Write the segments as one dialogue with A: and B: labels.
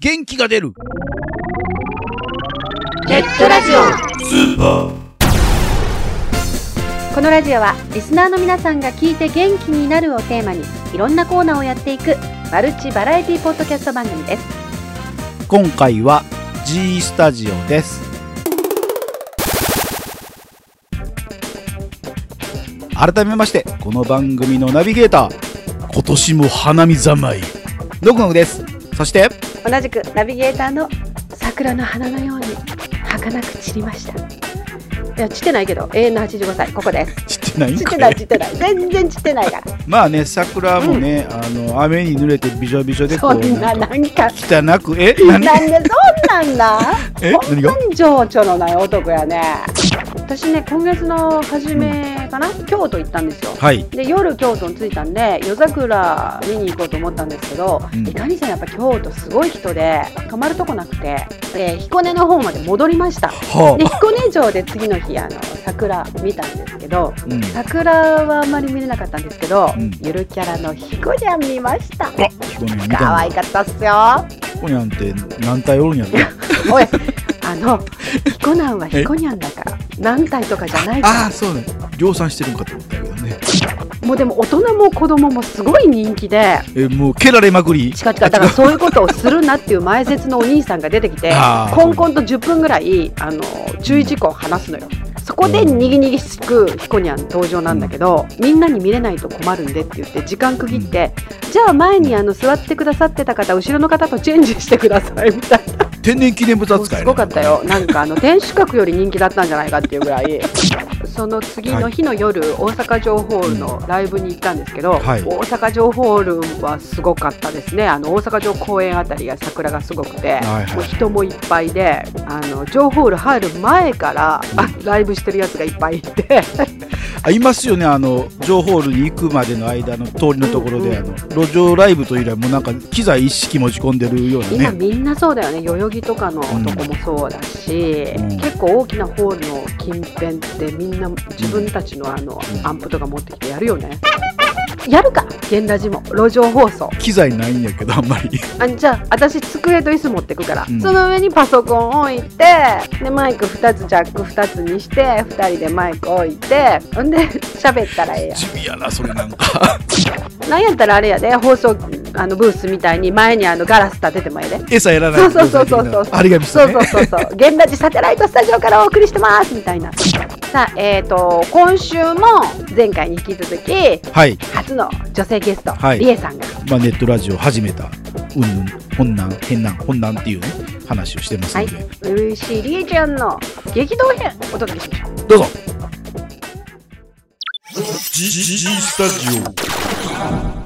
A: 元気が出る
B: ネットラジオこのラジオはリスナーの皆さんが聞いて元気になるをテーマにいろんなコーナーをやっていくマルチバラエティポッドキャスト番組です
A: 今回は G スタジオです改めましてこの番組のナビゲーター今年も花見三昧ノグノグですそして
B: 同じくナビゲーターの桜の花のように儚く散りましたいや散ってないけど永遠の85歳ここです
A: 知ってないん
B: 散っ
A: か
B: て
A: い
B: ない散ってない全然散ってないから
A: まあね桜もね、あの雨に濡れてびしょびしょでこ
B: そ
A: うんな
B: な
A: ん
B: なんか
A: か汚くえ
B: なん
A: 何
B: でそんなんな
A: え
B: こん
A: 何
B: な
A: が
B: ん情緒のない男やね私ね今月の初めかな京都行ったんですよ
A: はい
B: で夜京都に着いたんで夜桜見に行こうと思ったんですけど、
A: うん
B: いかにせよやっぱ京都すごい人で泊まるとこなくて、えー彦根の方まで戻りました
A: は
B: で彦根城で次の日あの桜見たんですけど
A: あ、うん、
B: 桜はあんまり見れなかったんですけど、
A: うん
B: ゆるキャラの彦ちゃん見ました
A: 彦根見た
B: 可
A: な
B: 愛かったっすよ
A: 彦根なんて何体おるんやろ
B: おい、あの、ヒコナンはヒコニャンだから、何体とかじゃない
A: あ
B: か
A: あそうね量産してるんかと思ったけどね
B: ら、もうでも大人も子供もすごい人気で、
A: えもう蹴られまくり
B: 近々、だからそういうことをするなっていう前説のお兄さんが出てきて
A: あ、ー
B: コンコンと10分ぐらい、あの、注意事項を話すのよ。そこでにぎにぎしくヒコニャン登場なんだけど、みんなに見れないと困るんでって言って時間区切って、じゃあ前にあの座ってくださってた方後ろの方とチェンジしてくださいみたいな
A: 天然記念物扱いね
B: すごかったよ、なんかあの天守閣より人気だったんじゃないかっていうぐらい、 その次の日の夜、大阪城ホールのライブに行ったんですけど、
A: はい
B: 大阪城ホールはすごかったですね、あの大阪城公園あたりが桜がすごくて、
A: はいはい
B: もう人もいっぱいで、あの城ホール入る前から、あライブしてるやつがいっぱいいて、
A: あいますよねあの城ホールに行くまでの間の通りのところで、
B: うんう
A: あの路上ライブというよりはもうなんか機材一式持ち込んでるよう
B: 今、
A: なね
B: みんなそうだよね、代々木とかのとこもそうだし、
A: うん
B: 結構大きなホールの近辺って、みんな自分たちのあの
A: うん
B: アンプとか持ってきてやるよね。やるか、現ラジも路上放送
A: 機材ないんやけどあんまり
B: あじゃあ私机と椅子持ってくから、
A: うん
B: その上にパソコン置いてでマイク2つジャック2つにして2人でマイク置いてほんで喋ったらええ やん
A: 地味やなそれなんか
B: なんやったらあれやで放送あのブースみたいに前にあのガラス立ててもええで
A: 餌やらない
B: そうそうそうそうそう。
A: ありがみ
B: そ
A: し
B: う
A: ね
B: そうそうそう。現ラジサテライトスタジオからお送りしてますみたいな。さあえっ、と今週も前回に引き続き
A: はい
B: 初の女性ゲスト、
A: はい
B: リエさんが
A: まあ、ネットラジオを始めたうんうん本南変南本南っていうね話をしてます
B: は
A: の
B: い
A: で、
B: 嬉しいリエちゃんの激動編お届けしましょう。
A: どうぞ
C: G, G, G Stadio.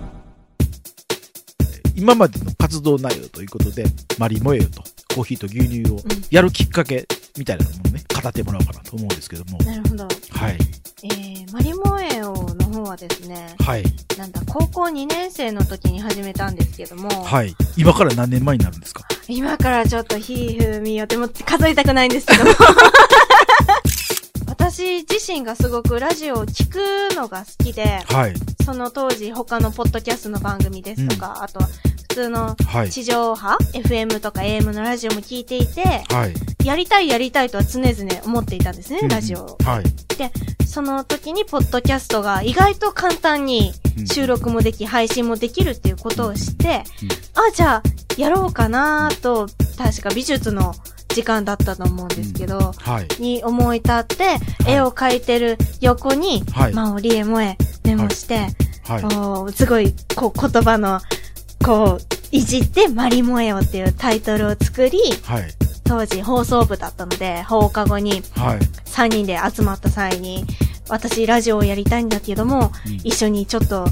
A: 今までの活動内容ということでマリモエよとコーヒーと牛乳をやるきっかけみたいなものをね語ってもらおうかなと思うんですけども
D: なるほど。
A: はい
D: えー、マリモエオの方はですね、
A: はい
D: なんだ、高校2年生の時に始めたんですけども、
A: はい今から何年前になるんですか
D: 今からちょっとひーふーみーよってもう数えたくないんですけども。 私自身がすごくラジオを聞くのが好きで、
A: はい
D: その当時他のポッドキャストの番組ですとか、あとは普通の
A: はい
D: 地上波、FM とか AM のラジオも聞いていて、
A: はい
D: やりたいやりたいとは常々思っていたんですね、ラジオを。
A: はい
D: その時にポッドキャストが意外と簡単に
A: うん
D: 収録もでき、配信もできるっていうことをして、
A: うん
D: あ、じゃあ、やろうかなと、確か美術の時間だったと思うんですけど、
A: はい
D: に思い立って、絵を描いてる横に、
A: はい
D: まあ、オリエモエメモして、
A: はい
D: こうすごい、こう、言葉の、こう、いじって、マリモエオっていうタイトルを作り、
A: はい
D: 当時放送部だったので、放課後に
A: はい
D: 3人で集まった際に、私ラジオをやりたいんだけども、
A: うん
D: 一緒にちょっと、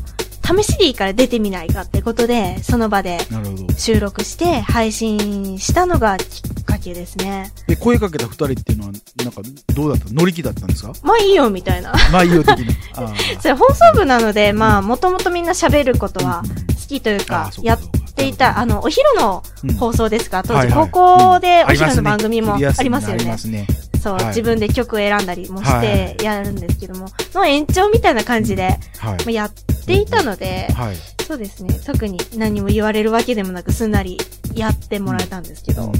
D: 試しでいいから出てみないかってことで、その場で
A: なるほど
D: 収録して配信したのがきっかけですね。
A: で声かけた二人っていうのはなんかどうだった乗り気だったんですか
D: まあいいよみたいな。
A: 内容的にあ
D: それ放送部なので、まあもともとみんな喋ることは好きという
A: あ
D: か、やっていた、あの、お昼の放送ですか、当時高校でお昼の番組もありますよ
A: ありま
D: ね。
A: すね
D: そう
A: はい、
D: 自分で曲を選んだりもし
A: はい
D: てやるんですけども、の延長みたいな感じで、
A: は
D: まあやっていたので
A: い、はい
D: そうですね。特に何も言われるわけでもなく、すんなりやってもらえたんですけど、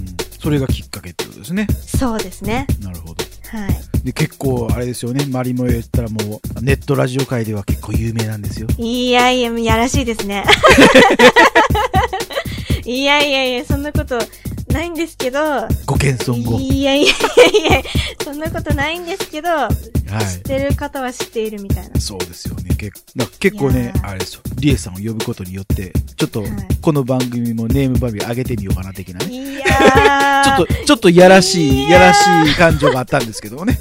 A: それがきっかけってことですね。
D: そうですね。
A: なるほど。
D: はい。
A: で、結構、あれですよね。マリモエ言ったらもう、ネットラジオ界では結構有名なんですよ。
D: いやいや、やらしいです ね。いやいやいや、そんなことないんですけど、
A: ご謙遜後。はい。
D: いやいやいやいや、そんなことないんですけど、知ってる方は知っているみたいな。
A: そうですよね。結だから結構
D: い
A: ね
D: や、ー
A: あれですよ。リエさんを呼ぶことによって、ちょっと
D: はい、
A: この番組もネームバリュー上げてみようかな、的なね。
D: い や
A: ちょっ
D: ー、
A: と、ちょっといやらしい、
D: いやー
A: いやらしい感情があったんですけど もね。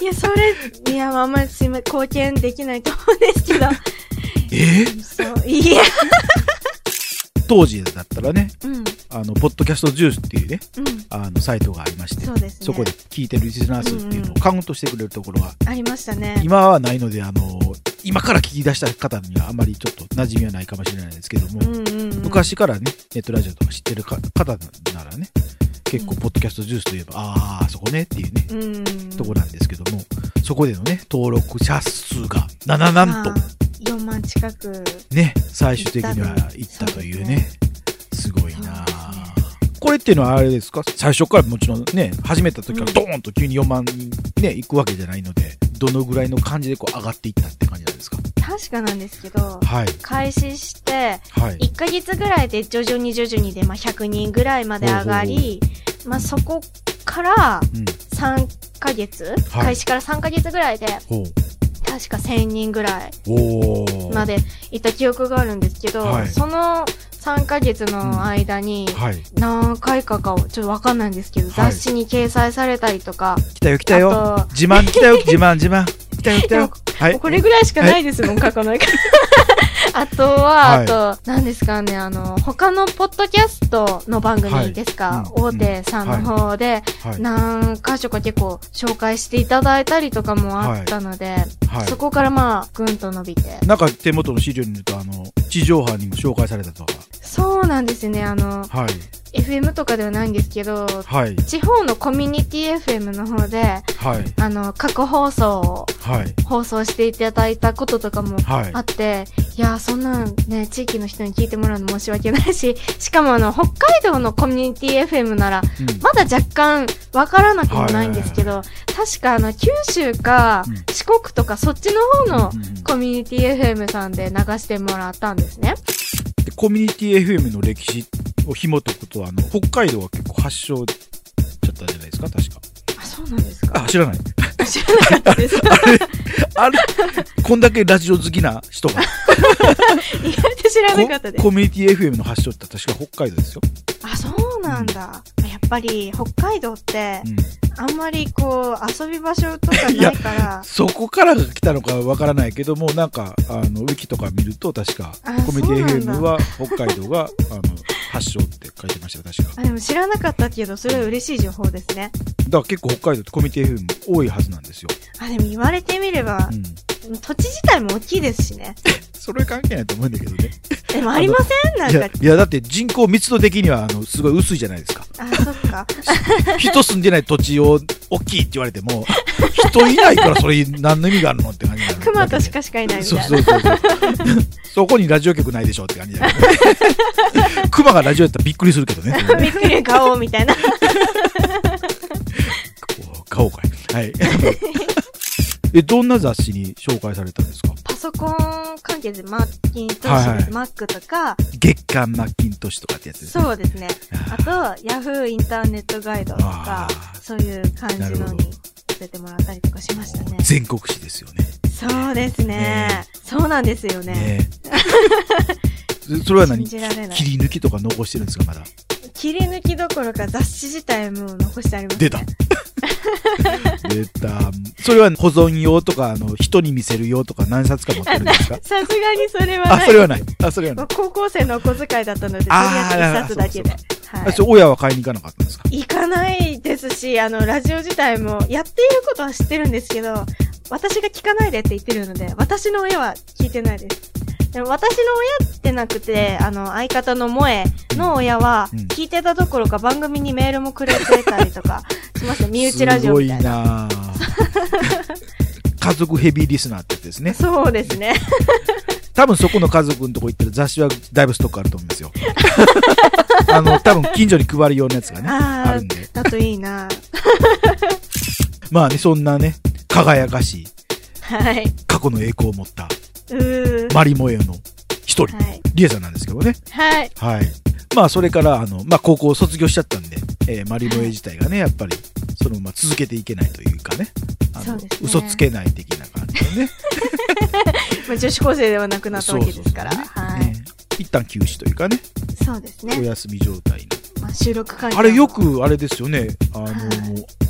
D: いや、それ、いや、まああんまりすいません、貢献できないと思うんです けど、
A: えー
D: そう、いや、
A: 当時だったらね、
D: うん、うん、
A: あの、ポッドキャストジュースっていうね、あの、サイトがありまして、
D: そうですね。
A: そこで聞いてるリスナー数っていうのをカウントしてくれるところが、
D: ありましたね。
A: 今はないので、あの、今から聞き出した方にはあまりちょっと馴染みはないかもしれないですけども、
D: うんうん、うん。
A: 昔からね、ネットラジオとか知ってるか方ならね、結構、ポッドキャストジュースといえば、ああ、そこねっていうね、
D: うんうんうん、
A: とこなんですけども、そこでのね、登録者数が、なななんと
D: まあ、4万近く。
A: ね、最終的には行ったというね、すごいなあ
D: そう
A: これっていうのはあれですか最初からもちろんね、始めた時からドーンと急に4万人ね、行くわけじゃないので、どのぐらいの感じでこう上がっていったって感じなんですか
D: 確かなんですけど、
A: はい。
D: 開始して、
A: はい。
D: 1ヶ月ぐらいで徐々に徐々にで、まあ、100人ぐらいまで上がり、まあ、そこから
A: うん。
D: 3ヶ月、
A: はい
D: 開始から3ヶ月ぐらいで、
A: ほう。
D: 確か1000人ぐらい
A: おー。
D: までいた記憶があるんですけど、
A: はい
D: その3ヶ月の間に、
A: はい。
D: 何回かかをちょっとわかんないんですけど、
A: はい
D: 雑誌に掲載されたりとか、
A: 来たよ来たよ。
D: あと、
A: 自慢 来たよ、自慢自慢。来たよ来たよ。は
D: も。
A: いう
D: これぐらいしかないですもん、書かない から。あとは、
A: はい
D: あと、何ですかね、あの、他のポッドキャストの番組ですか、
A: はいうん
D: 大手さんの方で、
A: はい。
D: 何箇所か結構紹介していただいたりとかもあったので、
A: はい
D: そこからまあ、ぐんと伸びて。
A: なんか手元の資料によると、あの、地上波にも紹介されたとか。
D: そうなんですね、あの、
A: はい。
D: FM とかではないんですけど、
A: はい。
D: 地方のコミュニティ FM の方で、
A: はい。
D: あの、過去放送を
A: はい。
D: 放送していただいたこととかも
A: はい
D: あ。って、いやー、そんなんね、地域の人に聞いてもらうの申し訳ないし、 しかもあの、北海道のコミュニティ FM なら、
A: うん
D: まだ若干わからなくもないんですけど、確かあの、九州か
A: うん
D: 四国とかそっちの方の
A: うんうんうん
D: コミュニティ FM さんで流してもらったんですね。
A: でコミュニティ FM の歴史を紐解くと、あの、北海道は結構発祥だったじゃないですか、確か。
D: あ、そうなんですか
A: あ、知らない。
D: 知らなかった です。
A: あれ、あ れ、こんだけラジオ好きな人が、
D: 意外と知らなかったで
A: コ
D: す。
A: コミュニティ FM の発祥って確か北海道ですよ。
D: あ、そうなんだ。やっぱり北海道って
A: う、ん。
D: あんまりこう、遊び場所とかないから、
A: そこからが来たのかわからないけども、なんか、あの、ウィキとか見ると確か
D: あ、
A: コミュニティ
D: そう
A: FM
D: なんだ
A: は北海道が、あの、発祥って書いてましたよ、確か。
D: あでも知らなかったけど、それは嬉しい情報ですね。
A: だから結構北海道ってコミュニティ FM 多いはずなんですよ。
D: あ、でも言われてみれば
A: う、ん。
D: 土地自体も大きいですしね。
A: それ関係ないと思うんだけどね。
D: でもありませんない
A: や
D: ん
A: い
D: か、
A: やだって人口密度的にはあのすごい薄いじゃないです か
D: あ、そっか。
A: 人住んでない土地を大きいって言われても人いないからそれ何の意味があるのって感じになる
D: 熊としかしかいないみたい
A: そう
D: な。
A: そうそうそう そこにラジオ局ないでしょって感じだよね熊がラジオやったらびっくりするけどね
D: びっくり顔みたいな。
A: こう買おうかいはい えどんな雑誌に紹介されたんですか
D: パソコン関係でマッキントッシュです。Mac とか、
A: 月刊マッキントッシュとかってやつですね
D: そうですね。あと、Yahoo インターネットガイドと
A: あ
D: か
A: ー、
D: そういう感じ
A: な
D: の
A: るほ
D: に
A: ど
D: させてもらったりとかしましたね。
A: 全国紙ですよね
D: そうですね
A: ね。
D: そうなんですよね。
A: ね そそれは何
D: 信じられない
A: 切り抜きとか残してるんですかまだ
D: 切り抜きどころか雑誌自体も残してあります、
A: 出た 出たそれは保存用とかあの人に見せる用とか何冊か持ってるんですか
D: さすがに それは
A: あ
D: ない
A: それはないあそれは
D: ま
A: ない
D: あ高校生のお小遣いだったので、とり
A: あ
D: あ
A: ー
D: えず一冊だけで。は
A: あそれ親は買いに行かなかったんですか
D: い。行かないですし、あの、ラジオ自体も、やっていることは知ってるんですけど、私が聞かないでって言ってるので、私の親は聞いてないです。でも私の親ってなくて、あの、相方の萌えの親は
A: うん、
D: 聞いてたどころか番組にメールもくれてたり とか、しました。身内ラジオみたいな。
A: す ごいなあ家族ヘビーリスナーってやつですね
D: そうですね。
A: 多分そこの家族のとこ行ったら雑誌はだいぶストックあると思います よ。あの、多分近所に配る用のやつがね、
D: あー
A: あるんで。
D: だといいな。
A: まあね、そんなね、輝かしい
D: はい。
A: 過去の栄光を持った
D: うー。
A: マリモエの一人、
D: はい。
A: リエさんなんですけどね。
D: はい。
A: はい。まあ、それから、あの、まあ、高校を卒業しちゃったんで、えーマリモエ自体がね、やっぱり、そのまま続けていけないというかね、あ
D: そ
A: の
D: うですね
A: 嘘つけない的な感じで ね。
D: まあ、女子高生ではなくなったわけですから。
A: そうそうそう
D: はい。
A: ね一旦休止というかね、
D: そうです
A: お
D: ね。
A: 休み状態に。
D: まあ、収録会
A: あれよ。く、あれですよね、あの、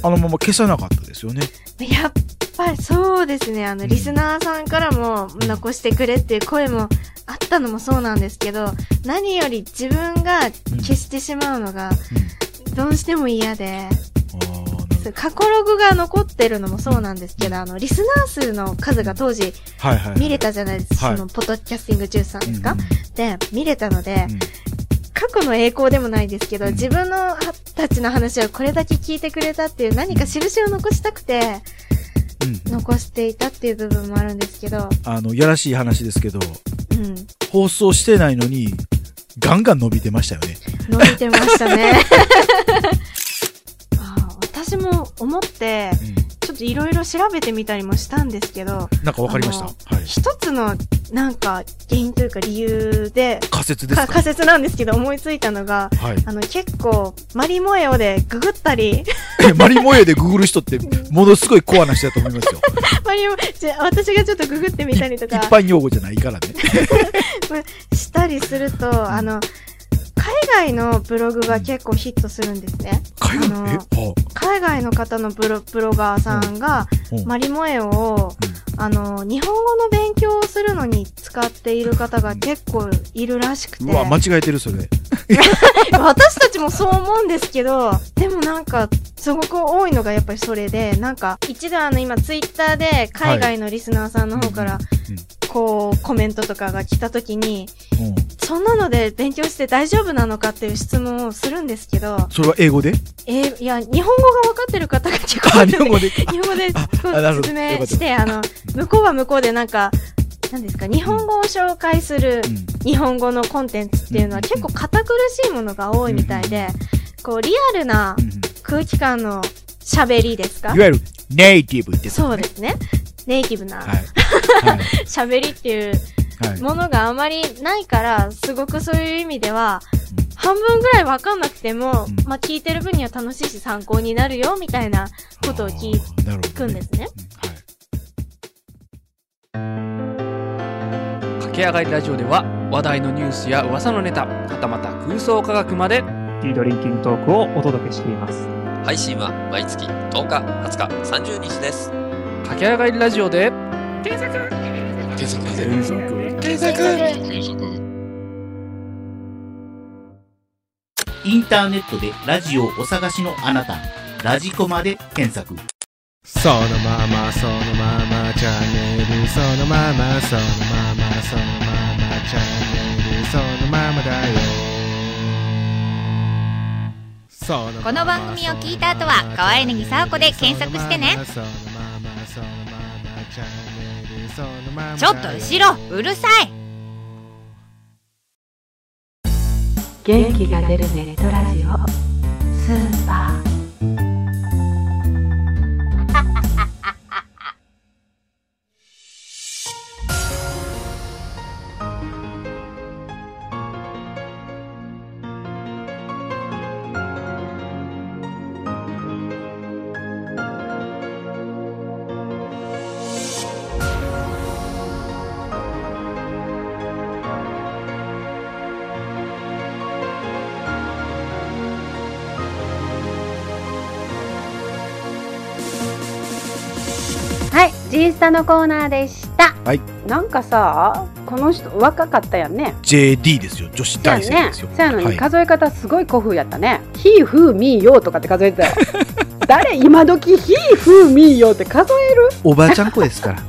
A: あのまま消さなかったですよね。
D: やっぱりそうですね。あ
A: う
D: の、
A: ん
D: リスナーさんからも残してくれっていう声もあったのもそうなんですけど、何より自分が消してしまうのがどうしても嫌で、
A: あーな
D: そ
A: る
D: う過去ログが残ってるのもそうなんですけど、あの、リスナー数の数が当時
A: はいはいはい。
D: 見れたじゃないですか。
A: はい
D: その、ポッドキャスティング13ですか、
A: うん
D: で、見れたので、
A: うん
D: 過去の栄光でもないですけど、
A: うん
D: 自分のはたちの話をこれだけ聞いてくれたっていう何か印を残したくて、
A: うんうん
D: 残していたっていう部分もあるんですけど、
A: あの、やらしい話ですけど、
D: うん、
A: 放送してないのに、ガンガン伸びてましたよね。
D: 伸びてました ね。ああ私も思って、ちょっといろいろ調べてみたりもしたんですけど、
A: なんかわかりました。
D: あ
A: は
D: の
A: い。
D: 一つのなんか原因というか理由で、
A: 仮説です
D: か
A: か
D: 仮説なんですけど思いついたのが、
A: はい。
D: あの結構、マリモエオでググったり、
A: えマリモエでググる人って、ものすごいコアな人だと思いますよ。
D: マリモじゃあ私がちょっとググってみたりと
A: 一
D: か、
A: 般用語じゃないからね。
D: したりすると、あの、海外のブログが結構ヒットするんですね。
A: 海外
D: あ
A: の、
D: の
A: えは
D: 海外の方のブロブロガーさんが、
A: あうん
D: マリモエを、あの、日本語の勉強をするのに使っている方が結構いるらしくて、
A: うんうわ、間違えてる、それ。
D: 私たちもそう思うんですけど、でもなんか、すごく多いのがやっぱりそれで、なんか、一度あの、今ツイッターで海外のリスナーさんの方から、
A: うんうん
D: こう、コメントとかが来た時に、
A: うん。
D: そんなので勉強して大丈夫なのかっていう質問をするんですけど、
A: それは英 語で
D: えーいや、日本語が分かってる方が結構
A: あ、
D: い
A: 日
D: るん
A: 本語で。
D: で、日本語で
A: あ
D: こ
A: あなるほ
D: う
A: ど
D: 説
A: よか
D: 明
A: った
D: して、あの、向こうは向こうでなんか、なんですか、日本語を紹介する
A: うん
D: 日本語のコンテンツっていうのは結構堅苦しいものが多いみたいで、こう、リアルな
A: うんうん
D: 空気感の喋りですか
A: いわゆるネイティブってやつ
D: そうですね。ネイティブな
A: はい。はい。
D: 喋りっていう
A: はい。
D: ものがあまりないから、すごくそういう意味では、半分ぐらいわかんなくても、
A: うん。
D: まあ聞いてる分には楽しいし参考になるよ、みたいなことを聞くんですすね。
A: うんはい
E: 駆け上がりラジオでは話題のニュースや噂のネタはたまた空想科学まで
F: ティードリンキングトークをお届けしています。
G: 配信は毎月10日、20日、30日です。
E: 駆け上がりラジオで
H: インターネットでラジオをお探しのあなた、ラジコマで検索。
I: そのままそのままチャンネルそのままそのままそのままチャンネルそのままだよ
J: この番組を聞いた後は川柳沙央子で検索してねちょっと後ろうるさい
K: 元気が出るネットラジオスーパー
J: はいジースタのコーナーでした
B: なんかさこの人若かったやんね
A: JD ですよ。女子
B: そうや
A: 大生
B: ね
A: です
B: そう
A: よ。
B: やの
A: は
B: に
A: い
B: 数え方すごい古風やったね「ひふみよ」とかって数えて たよ誰今時ひふみよ」って数える
A: おばあちゃん子ですから。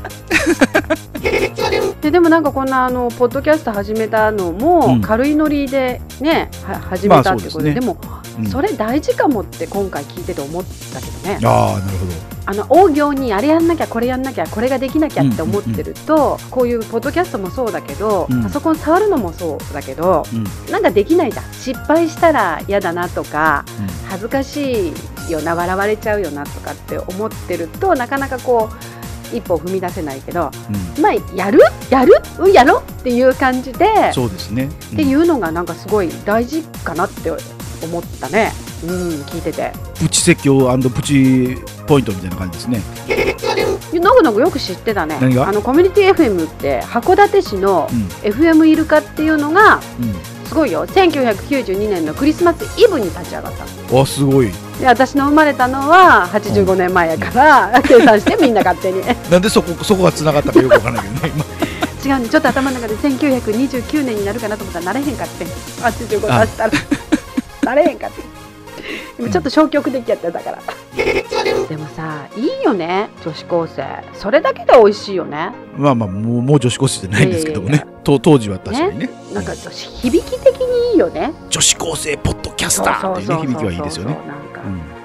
B: ででもなんかこんなあのポッドキャスト始めたのも、
A: うん
B: 軽いノリでねは始めたってこ
A: ま
B: とで,、
A: あそうですね
B: でも、
A: うん
B: それ大事かもって今回聞いてて思ったけどね
A: ああなるほど
B: あの大行にあれやんなきゃこれやんなきゃこれができなきゃって思ってると、こういうポッドキャストもそうだけど、
A: うん
B: パソコン触るのもそうだけど、
A: うん
B: なんかできないじゃん失敗したら嫌だなとか、恥ずかしいよな笑われちゃうよなとかって思ってるとなかなかこう一歩を踏み出せないけど、まあやるやるうんやろっていう感じで
A: そうですね、うん
B: っていうのがなんかすごい大事かなって思ったねうん聞いてて。
A: プチ説教プチポイントみたいな感じですね
B: のぐのぐよく知ってたね
A: 何が
B: あのコミュニティ FM って函館市の
A: うん
B: FM イルカっていうのが
A: う
B: すごいよ1992年のクリスマスイブに立ち上がったの
A: んあすごい
B: で私の生まれたのは85年前やから、 計算してみんな勝手に違
A: なんでそこそこがつながったかよくわからないけどね
B: うねちょっと頭の中で1929年になるかなと思ったらなれへんかって85
A: あ
B: 足したら なれへんかってでもちょっと消極的やっただからでもさいいよね女子高生それだけで美味しいよね
A: まあまあもうもう女子高生じゃないんですけどもねと当時は確かにね
B: なんか響き的にいいよね
A: 女子高生ポッドキャスターっていうね響きはいいですよね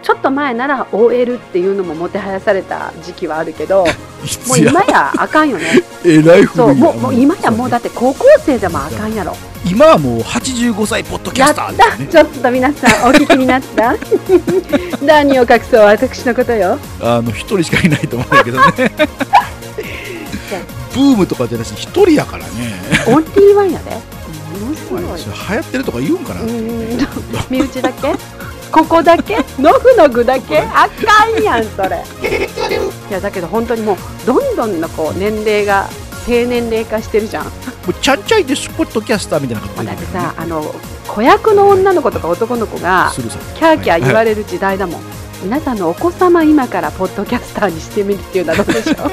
B: ちょっと前なら OL っていうのももてはやされた時期はあるけど もう今やあかんよね
A: えらい
B: そ
A: 古
B: う
A: い
B: も
A: な
B: うもう今やもうだって高校生でもあかんやろ
A: 今はもう85歳ポッドキャ
B: やっ
A: スタ
B: た
A: ーだよね
B: ちょっと皆さんお聞きになった 何を隠そう私のこと よ
A: あの一人しかいないと思うんだけど ねブームとかじゃなし一人やからね
B: オンリーワンやでものすごい
A: それ流行ってるとか言うんかな、
B: うーん身内だ けここだけノフノグだけあかんやんそ れいやだけど本当にもうどんどんのこう年齢が低年齢化してるじゃん
A: もうちゃんちゃいでスポットキャスターみたいなこと言うんだよね
B: さあの子役の女の子とか男の子が
A: するさ
B: キャーキャー言われる時代だもん、皆さんのお子様今からポッドキャスターにしてみるっていうのはどうでしょ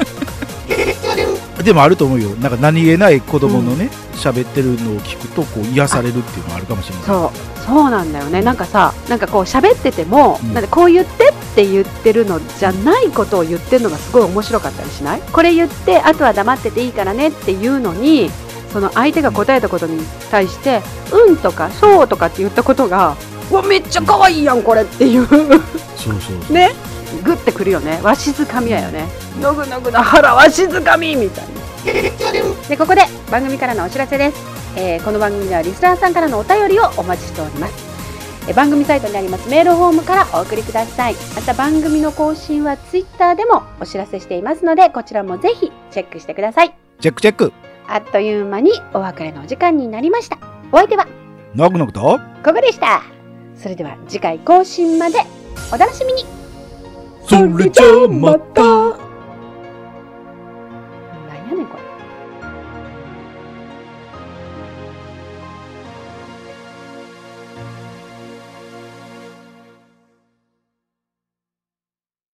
B: う
A: でもあると思うよなんか何気ない子供のね喋、ってるのを聞くとこう癒されるっていうのがあるかもしれない
B: そうそうなんだよねなんかさなんかこう喋ってても、なんかこう言ってって言ってるのじゃないことを言ってるのがすごい面白かったりしないこれ言ってあとは黙ってていいからねっていうのにその相手が答えたことに対して「うん」とか「そう」とかって言ったことが「うわめっちゃ可愛いやんこれ」っていう
A: そうそう
B: ねグッてくるよねわしづかみやよねのぐのぐの腹わしづかみみたいなでここで番組からのお知らせです、えーこの番組ではリスナーさんからのお便りをお待ちしておりますえー番組サイトにありますメールフォームからお送りくださいまた番組の更新はツイッターでもお知らせしていますのでこちらもぜひチェックしてください
A: チェックチェック
B: あっという間にお別れのお時間になりましたお相手は
A: ノグノグと
B: ここでしたそれでは次回更新までお楽しみに
A: それじゃあまた